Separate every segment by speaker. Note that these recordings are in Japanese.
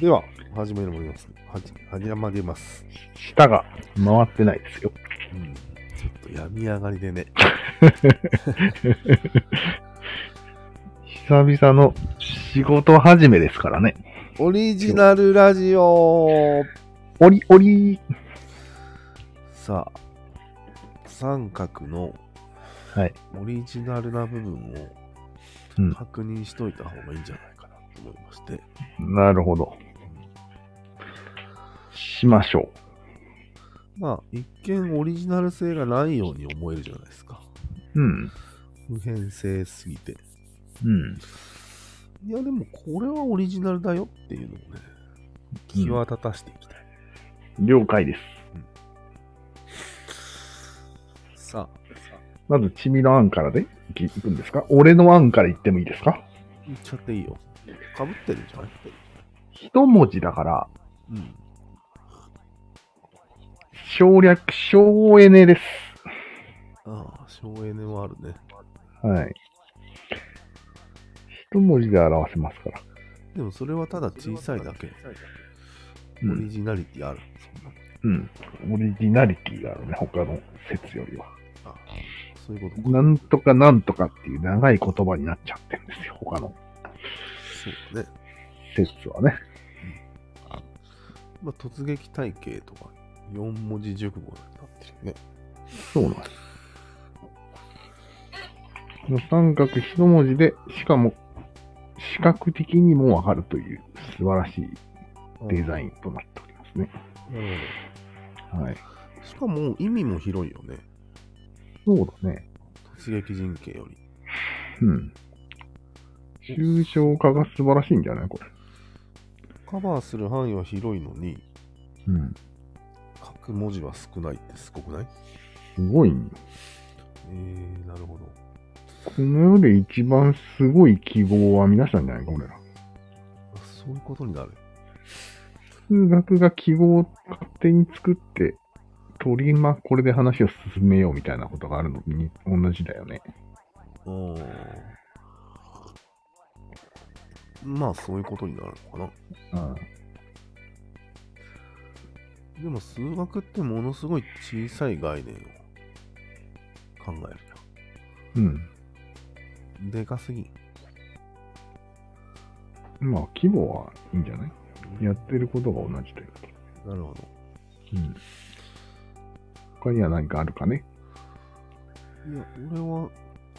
Speaker 1: では、始めるもります。はじ、始まります。
Speaker 2: 舌が回ってないですよ。
Speaker 1: うん。ちょっと病み上がりでね。
Speaker 2: 久々の仕事始めですからね。
Speaker 1: オリジナルラジオ
Speaker 2: おりおり
Speaker 1: さあ、三角の、
Speaker 2: はい
Speaker 1: オリジナルな部分
Speaker 2: う
Speaker 1: を
Speaker 2: ん
Speaker 1: 確認しといた方がいいんじゃないかなと思いまして。
Speaker 2: なるほど。しましょ
Speaker 1: まあ、一見オリジナル性がないように思えるじゃないですか。
Speaker 2: う。うん。
Speaker 1: 普遍性すぎて。
Speaker 2: うん。
Speaker 1: いや、でもこれはオリジナルだよっていうのをね、際立たしていきたい。
Speaker 2: 了解です。
Speaker 1: さ
Speaker 2: まず、ちみの案からでいきいくんですか俺の案から言ってもいいですか
Speaker 1: あ、言っちゃっていいよ。かぶってるんじゃない
Speaker 2: 一文字だから、
Speaker 1: うん。
Speaker 2: 省略、省エネです。
Speaker 1: ああ、省エネもあるね。
Speaker 2: はい。一文字で表せますから。
Speaker 1: でもそれはただ小さいだけ。
Speaker 2: う
Speaker 1: オリ
Speaker 2: ん。
Speaker 1: ジナリティある。そんな
Speaker 2: うん、オリジナリティがあるね、他の説よりは。
Speaker 1: あそういうことか。
Speaker 2: なんとかなんとかっていう長い言葉になっちゃってるんですよ、他の
Speaker 1: そうね。
Speaker 2: 説はね。
Speaker 1: まあ、突撃体系とか、4文字熟語になってるよね。
Speaker 2: そうなんです。この三角一文字で、しかも、視覚的にもわかるという素晴らしいデザインとなっておりますね。
Speaker 1: なる
Speaker 2: はい。
Speaker 1: ほど。しかも意味も広いよね。
Speaker 2: そうだね。
Speaker 1: 突撃人形より。
Speaker 2: うん。抽象化が素晴らしいんじゃないこれ。
Speaker 1: カバーする範囲は広いのに、
Speaker 2: うん。
Speaker 1: 書く文字は少ないってすごくない
Speaker 2: すごいね。
Speaker 1: えー、なるほど。
Speaker 2: この世で一番すごい希望は皆さんじゃないか、俺ら。
Speaker 1: あそういうことになる。
Speaker 2: 数学が記号を勝手に作って、取りま、これで話を進めようみたいなことがあるのに同じだよね。
Speaker 1: ああ。まあ、そういうことになるのかな。
Speaker 2: うん。
Speaker 1: でも、数学ってものすごい小さい概念を考える
Speaker 2: うん。
Speaker 1: じゃん。でかすぎん。
Speaker 2: まあ、規模はいいんじゃないやってることが同じということ。
Speaker 1: なるほど。
Speaker 2: うん。他には何かあるかね
Speaker 1: いや、俺は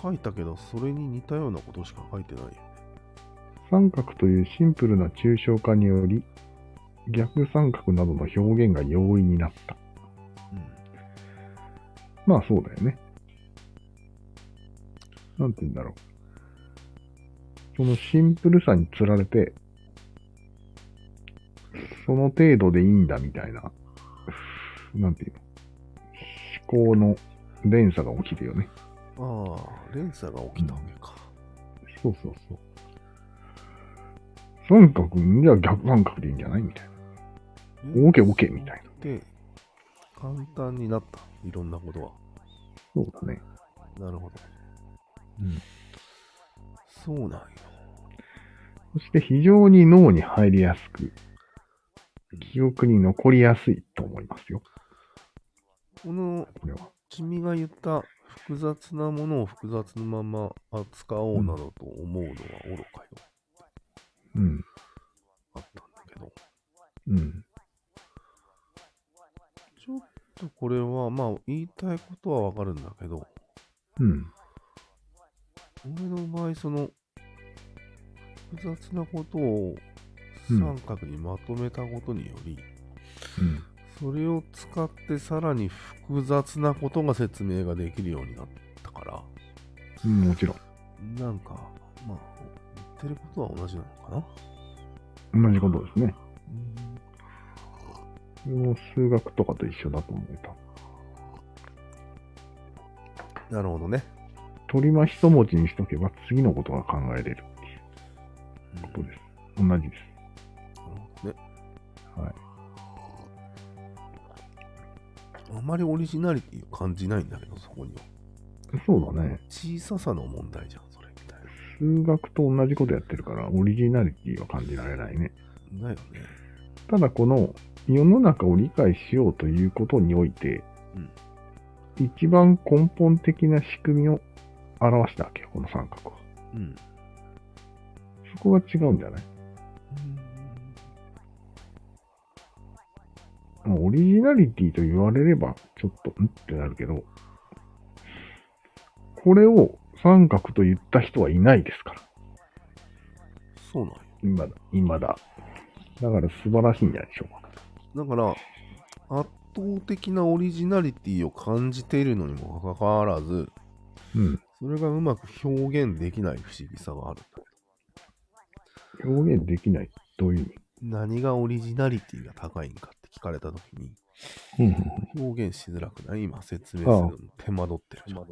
Speaker 1: 書いたけど、それに似たようなことしか書いてないよ。
Speaker 2: 三角というシンプルな抽象化により、逆三角などの表現が容易になった。
Speaker 1: うん。
Speaker 2: まあそうだよね。なんて言うんだろう。そのシンプルさにつられて、その程度でいいんだみたいな、なんていうの。思考の連鎖が起きるよね。
Speaker 1: ああ、連鎖が起きたわけか。
Speaker 2: そうそうそう。三角、じゃあ逆三角でいいんじゃないみたいな。オーケーオーケーみたいな。
Speaker 1: で、簡単になった。いろんなことは。
Speaker 2: そうだね。
Speaker 1: なるほど。
Speaker 2: うん。
Speaker 1: そうなんよ。
Speaker 2: そして非常に脳に入りやすく、記憶に残りやすいと思いますよ。
Speaker 1: この、
Speaker 2: これは。
Speaker 1: 君が言った複雑なものを複雑のまま扱おうなどと思うのは愚かよ。
Speaker 2: うん。
Speaker 1: あったんだけど。
Speaker 2: うん。
Speaker 1: ちょっとこれは、まあ、言いたいことはわかるんだけど、
Speaker 2: うん。
Speaker 1: 俺の場合、その、複雑なことを
Speaker 2: うん
Speaker 1: 三角にまとめたことにより、それを使ってさらに複雑なことが説明ができるようになったから、
Speaker 2: うん。もちろ。
Speaker 1: なんか、まあ、言ってることは同じなのかなん
Speaker 2: 同じことですね。
Speaker 1: うん
Speaker 2: これも数学とかと一緒だと思えた。
Speaker 1: なるほどね。
Speaker 2: 取り間一文字にしとけば次のことが考えれる
Speaker 1: うん
Speaker 2: ことです。同じです。
Speaker 1: ね。
Speaker 2: はい。
Speaker 1: あまりオリジナリティを感じないんだけど、そこには。
Speaker 2: そうだね。
Speaker 1: 小ささの問題じゃん、それみたいな。
Speaker 2: 数学と同じことやってるから、オリジナリティは感じられないね。
Speaker 1: だよね。
Speaker 2: ただこの世の中を理解しようということにおいて、一番根本的な仕組みを表したわけよ、この三角は。
Speaker 1: うん。
Speaker 2: そこが違うんじゃないまあオリジナリティと言われれば、ちょっと、んってなるけど、これを三角と言った人はいないですから。
Speaker 1: そうなんよ。
Speaker 2: 今だ、今だ。だから素晴らしいんじゃないでしょうか。
Speaker 1: だから、圧倒的なオリジナリティを感じているのにもかかわらず、
Speaker 2: うん。
Speaker 1: それがうまく表現できない不思議さがある。
Speaker 2: 表現できない。どういう
Speaker 1: 何がオリジナリティが高いんかって聞かれたときに、
Speaker 2: 意味、
Speaker 1: 表現しづらくない今説明する
Speaker 2: ああ
Speaker 1: の手間取ってるじゃん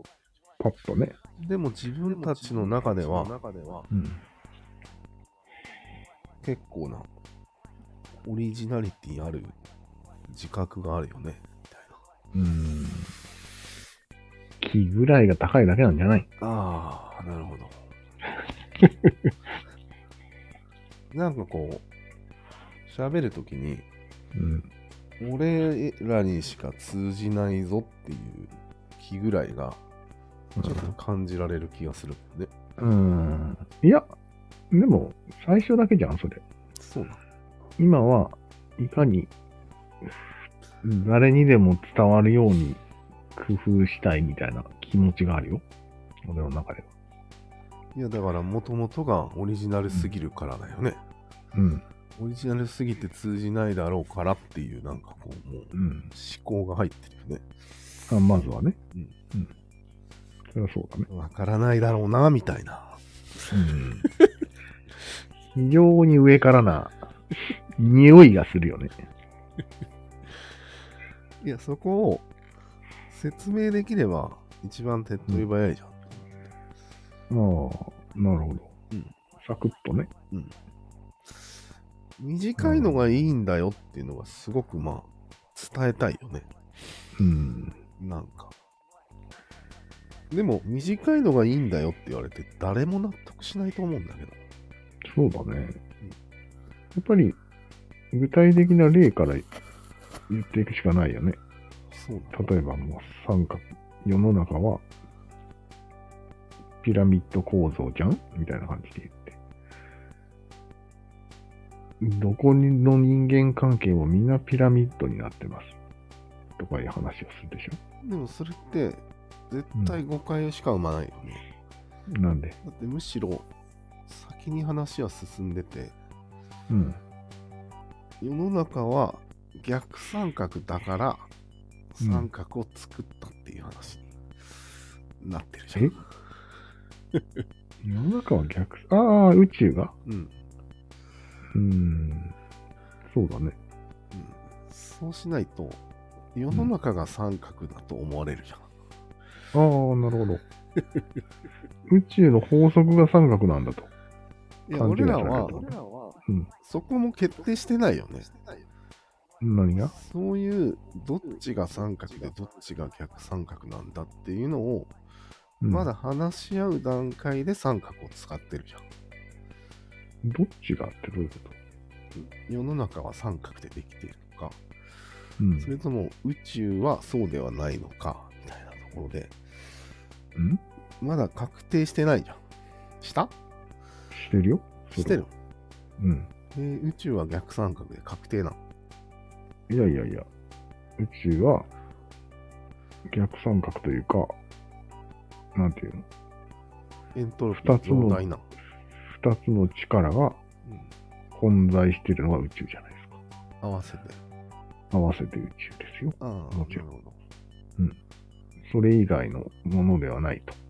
Speaker 2: パッとね。
Speaker 1: でも自分たちの中では
Speaker 2: うん。
Speaker 1: 結構なオリジナリティある自覚があるよねみたいう
Speaker 2: ーん。気ぐらいが高いだけなんじゃない
Speaker 1: なああなるほど なんかこう喋るときに
Speaker 2: うん。
Speaker 1: 俺らにしか通じないぞっていう気ぐらいがちょっと感じられる気がするんだよね、
Speaker 2: うん。いや、でも、最初だけじゃん、それ。
Speaker 1: そうなん
Speaker 2: 今はいかに誰にでも伝わるように工夫したいみたいな気持ちがあるよ。俺の中では。
Speaker 1: いやだからもともとがオリジナルすぎるからだよね、
Speaker 2: うん。
Speaker 1: オリジナルすぎて通じないだろうからっていうなんかこうもう
Speaker 2: うん。
Speaker 1: 思考が入ってるよね
Speaker 2: あまずはね。
Speaker 1: うん。
Speaker 2: うん。それはそうだね。
Speaker 1: わからないだろうなみたいな
Speaker 2: うん。非常に上からな匂いがするよね。
Speaker 1: いやそこを説明できれば一番手っ取り早いじゃん、
Speaker 2: ああ、なるほど。
Speaker 1: うん。
Speaker 2: サクッとね。
Speaker 1: 短いのがいいんだよっていうのがすごくまあ伝えたいよね
Speaker 2: うん。
Speaker 1: なんかでも短いのがいいんだよって言われて誰も納得しないと思うんだけど
Speaker 2: そうだね。やっぱり、具体的な例から言っていくしかないよね。
Speaker 1: そうな
Speaker 2: 例えばもう三角、世の中はピラミッド構造じゃんみたいな感じで言って。どこにの人間関係もみんなピラミッドになってます。とかいう話をするでし
Speaker 1: でもそれって絶対誤解しか生まないよね、
Speaker 2: ょなんで
Speaker 1: だってむしろ先に話は進んでて
Speaker 2: うん。
Speaker 1: 世の中は逆三角だから
Speaker 2: うん
Speaker 1: 三角を作ったっていう話になってるじゃん。
Speaker 2: え世の中は逆、ああ、宇宙が
Speaker 1: うん、うん。
Speaker 2: うーん。そうだね。
Speaker 1: そうしないと世の中が三角だと思われるじゃん。
Speaker 2: ああ、なる ほど。宇宙の法則が三角なんだと。
Speaker 1: いや
Speaker 2: 勘違い
Speaker 1: 俺らは
Speaker 2: されるとうん
Speaker 1: そこも決定してないよね。
Speaker 2: 何が
Speaker 1: そういうどっちが三角でどっちが逆三角なんだっていうのを
Speaker 2: うん
Speaker 1: まだ話し合う段階で三角を使ってるじゃん。
Speaker 2: どっちがってどういうこと
Speaker 1: 世の中は三角でできているのか、
Speaker 2: うん
Speaker 1: それとも宇宙はそうではないのか、みたいなところで、
Speaker 2: うん
Speaker 1: まだ確定してないじゃん。した
Speaker 2: してるよ。それ
Speaker 1: してる。
Speaker 2: うん。
Speaker 1: えー宇宙は逆三角で確定なの。
Speaker 2: いやいやいや。宇宙は逆三角というか、なんていうの
Speaker 1: エントロピーの状態なの。
Speaker 2: 二つの力が
Speaker 1: うん
Speaker 2: 混在してるのが宇宙じゃないですか。
Speaker 1: 合わせて。
Speaker 2: 合わせて宇宙ですよ。
Speaker 1: ああ、な
Speaker 2: もち
Speaker 1: る
Speaker 2: ろん
Speaker 1: ほど。
Speaker 2: それ以外のものではないと。
Speaker 1: うん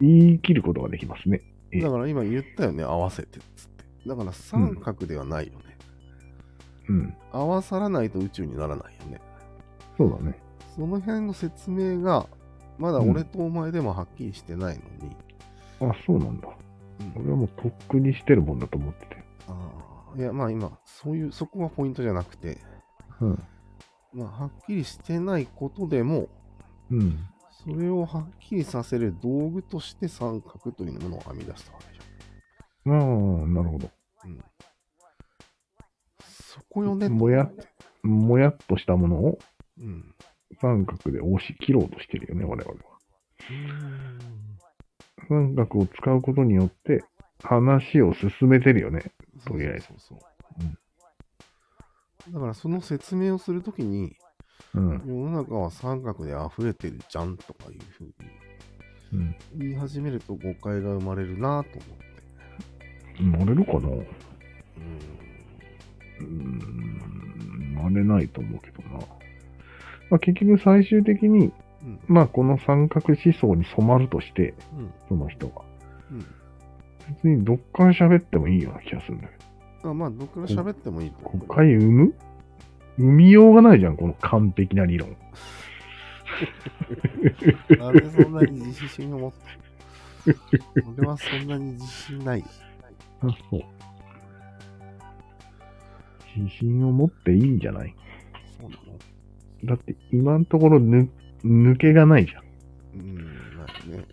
Speaker 2: 言い切ることができますね。え
Speaker 1: だから今言ったよね、合わせてっつって。だから三角ではないよね。
Speaker 2: うん。
Speaker 1: 合わさらないと宇宙にならないよね。
Speaker 2: そうだね。
Speaker 1: その辺の説明が、まだ俺とお前でもはっきりしてないのに、
Speaker 2: あ、そうなんだ。
Speaker 1: うん
Speaker 2: 俺はもうとっくにしてるもんだと思ってて。
Speaker 1: あーいや、まあ今、そういう、そこがポイントじゃなくて、
Speaker 2: うん。
Speaker 1: まあ、はっきりしてないことでも、
Speaker 2: うん。
Speaker 1: それをはっきりさせる道具として三角というものを編み出したわけじ
Speaker 2: ああ、なるほど。
Speaker 1: ゃん。うん、そこよね。
Speaker 2: もや、もやっとしたものを
Speaker 1: うん。
Speaker 2: 三角で押し切ろうとしてるよね、我々は。
Speaker 1: うん
Speaker 2: 三角を使うことによって話を進めてるよね。とりあえず
Speaker 1: そうそうそうだからその説明をするときに、
Speaker 2: うん。
Speaker 1: 世の中は三角で溢れてるじゃんとかいうふうに
Speaker 2: うん。
Speaker 1: 言い始めると誤解が生まれるなと思って。
Speaker 2: なれるかなう
Speaker 1: うん。
Speaker 2: ーん。なれないと思うけどな。まあ、結局最終的に、
Speaker 1: うん。
Speaker 2: まあこの三角思想に染まるとして、
Speaker 1: うん。
Speaker 2: その人は。
Speaker 1: うん。だ
Speaker 2: 別にどっから喋ってもいいような気がするんだけど。
Speaker 1: からまあ、どっから喋ってもいいと思う。
Speaker 2: 誤解生む生みようがないじゃん、この完璧な理論。
Speaker 1: なんでそんなに自信を持って俺はそんなに自信ないよ。
Speaker 2: あ、そう。自信を持っていいんじゃない
Speaker 1: そうなの
Speaker 2: だって今のところぬ抜けがないじゃん。
Speaker 1: うん、まあね。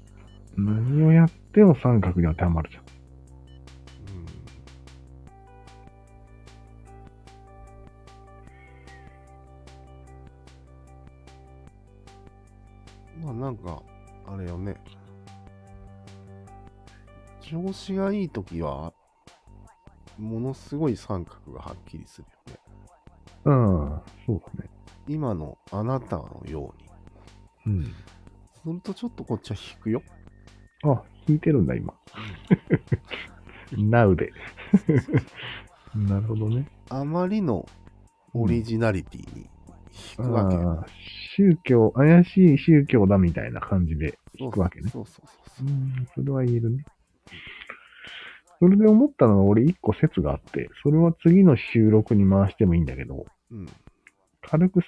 Speaker 2: 何をやっても三角に当てはまるじゃん。
Speaker 1: うんまあなんか、あれよね。調子がいいときは、ものすごい三角がはっきりするよね。
Speaker 2: うん、そうだね。
Speaker 1: 今のあなたのように。
Speaker 2: うん。
Speaker 1: するとちょっとこっちは引くよ。
Speaker 2: あ、聞いてるんだ、今。 なうで。なるほどね。
Speaker 1: あまりのオリジナリティに引くわけ。
Speaker 2: ああ、宗教、怪しい宗教だみたいな感じで
Speaker 1: そう
Speaker 2: 聞くわけね。
Speaker 1: そうそうそう
Speaker 2: う
Speaker 1: そう。
Speaker 2: ん、それは言えるね。それで思ったのは俺一個説があって、それは次の収録に回してもいいんだけど、
Speaker 1: うん。
Speaker 2: 軽く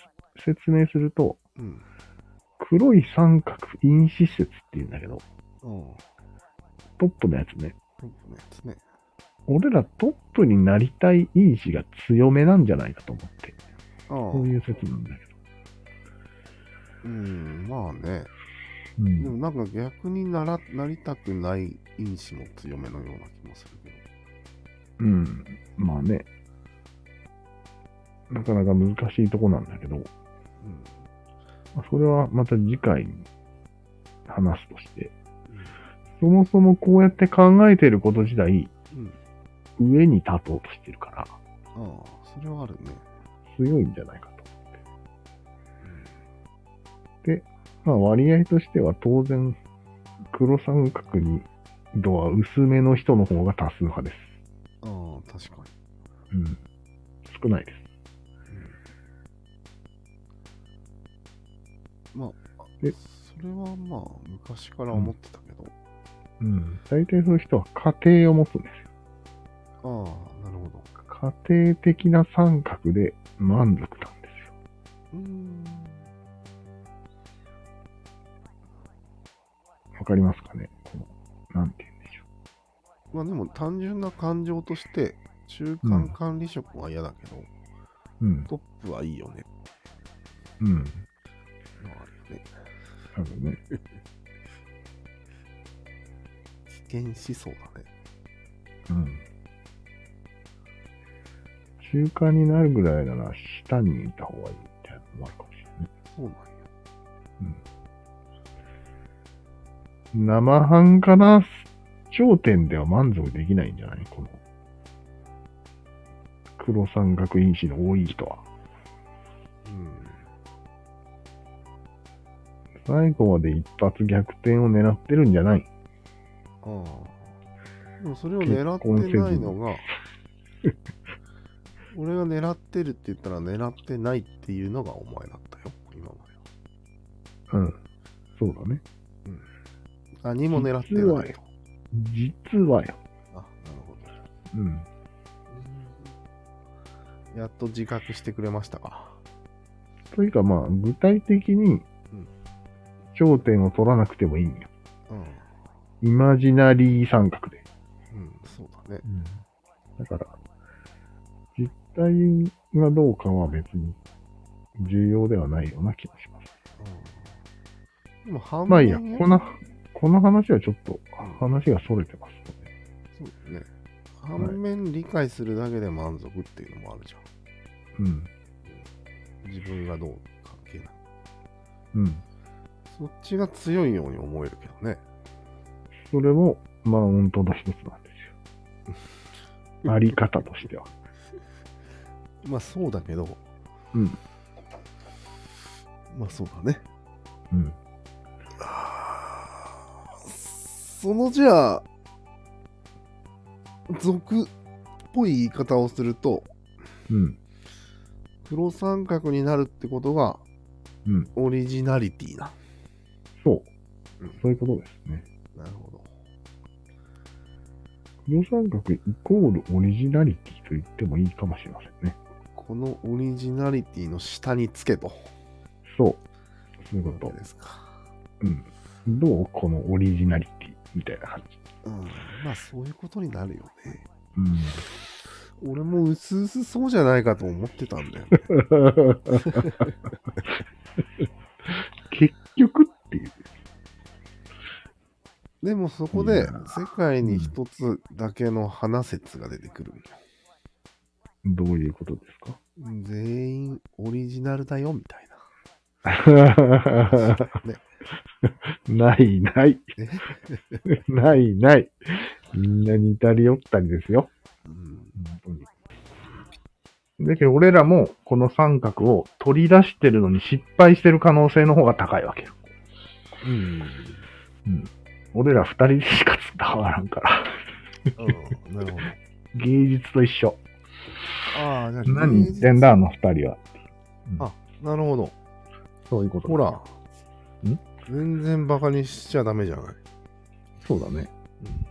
Speaker 2: 説明すると、
Speaker 1: うん。
Speaker 2: 黒い三角因子説って言うんだけど、
Speaker 1: うん。
Speaker 2: トップのやつね。
Speaker 1: トップのやつね。
Speaker 2: 俺らトップになりたい因子が強めなんじゃないかと思って。
Speaker 1: あ
Speaker 2: そう
Speaker 1: あ。
Speaker 2: いう説なんだけど。
Speaker 1: うん、まあね。
Speaker 2: う
Speaker 1: でも
Speaker 2: ん。
Speaker 1: なんか逆にならなりたくない因子も強めのような気もするけど。
Speaker 2: うん、まあね。なかなか難しいとこなんだけど、
Speaker 1: うん。
Speaker 2: まあそれはまた次回に話すとし
Speaker 1: う
Speaker 2: て、
Speaker 1: ん
Speaker 2: そもそもこうやって考えてること自体、
Speaker 1: うん。
Speaker 2: 上に立とうとしてるから、
Speaker 1: ああ、それはあるね。
Speaker 2: 強いんじゃないかと。まあ割合としては当然、黒三角に度は薄めの人の方が多数派です。
Speaker 1: うん、ああ、確かに。
Speaker 2: うん。少ないです。
Speaker 1: まあ、
Speaker 2: え
Speaker 1: それはまあ、昔から思ってたけど。
Speaker 2: うん。大体そういう人は家庭を持つんですよ。
Speaker 1: ああ、なるほど。
Speaker 2: 家庭的な三角で満足なんですよ。
Speaker 1: うーん。
Speaker 2: わかりますかねこの、なんて言うんでしょ
Speaker 1: まあでも単純な感情として、中間管理職は嫌だけど、
Speaker 2: う。うん。
Speaker 1: トップはいいよね。
Speaker 2: うん。
Speaker 1: まああるよね。
Speaker 2: 多分ね。
Speaker 1: 危険思想だね。
Speaker 2: うん。習慣になるぐらいなら下にいた方がいいみたいなのもあるかもしれない。
Speaker 1: そうなんや。
Speaker 2: 生半可な頂点では満足できないんじゃないこの黒三角因子の多い人は。
Speaker 1: うん。
Speaker 2: 最後まで一発逆転を狙ってるんじゃない
Speaker 1: ああ。でもそれを狙ってないのが、俺が狙ってるって言ったら狙ってないっていうのがお前だったよ、今までは。
Speaker 2: うん。そうだね。
Speaker 1: 何も狙ってないと。
Speaker 2: 実はよ。
Speaker 1: あ、なるほど。
Speaker 2: うん。
Speaker 1: やっと自覚してくれましたか。
Speaker 2: というかまあ、具体的に
Speaker 1: うん
Speaker 2: 頂点を取らなくてもいいんよ。
Speaker 1: うん。
Speaker 2: イマジナリー三角で。
Speaker 1: うん、そうだね。
Speaker 2: だから、実態がどうかは別に重要ではないような気がします。
Speaker 1: うん、でも半分
Speaker 2: まあいいや、
Speaker 1: ね
Speaker 2: この、この話はちょっと話が逸れてますので。
Speaker 1: そうだね。反面理解するだけで満足っていうのもあるじゃん。
Speaker 2: うん。
Speaker 1: 自分がどう関係ない。
Speaker 2: うん。
Speaker 1: そっちが強いように思えるけどね。
Speaker 2: それも、マウントの一つなんで すよ。あり方としては。
Speaker 1: まあそうだけど、
Speaker 2: うん。
Speaker 1: まあそうだね。
Speaker 2: うん。
Speaker 1: そのじゃあ、俗っぽい言い方をすると、
Speaker 2: うん。
Speaker 1: 黒三角になるってことが、
Speaker 2: うん
Speaker 1: オリジナリティな。。
Speaker 2: そううんそういうことですね。
Speaker 1: なるほど。
Speaker 2: 黒三角イコールオリジナリティと言ってもいいかもしれませんね。
Speaker 1: このオリジナリティの下につけと。
Speaker 2: そう。そういう
Speaker 1: と
Speaker 2: こと。
Speaker 1: ですか。
Speaker 2: うん。どうこのオリジナリティみたいな感じ。
Speaker 1: うん。まあそういうことになるよね。
Speaker 2: うん。
Speaker 1: 俺もうすうすそうじゃないかと思ってたんだよね。
Speaker 2: 結局っていう。
Speaker 1: でもそこ
Speaker 2: い
Speaker 1: で
Speaker 2: やー
Speaker 1: 世界に一つだけの花説が出てくるんよ。
Speaker 2: どういうことですか
Speaker 1: 全員オリジナルだよみたいな。 ね
Speaker 2: ないない。ないない。みんな似たり寄ったりですよ。
Speaker 1: うん、
Speaker 2: 本当に。だけど俺らもこの三角を取り出してるのに失敗してる可能性の方が高いわけよ。
Speaker 1: うん、
Speaker 2: 俺ら二人しか伝わらんから。
Speaker 1: なるほど。
Speaker 2: 芸術と一緒。
Speaker 1: ああ、じゃあ
Speaker 2: 何言ってんだあの二人は。
Speaker 1: なるほど。
Speaker 2: そういうこと。
Speaker 1: ほ。ら
Speaker 2: ん、
Speaker 1: 全然バカにしちゃダメじゃない。
Speaker 2: そうだね。
Speaker 1: うん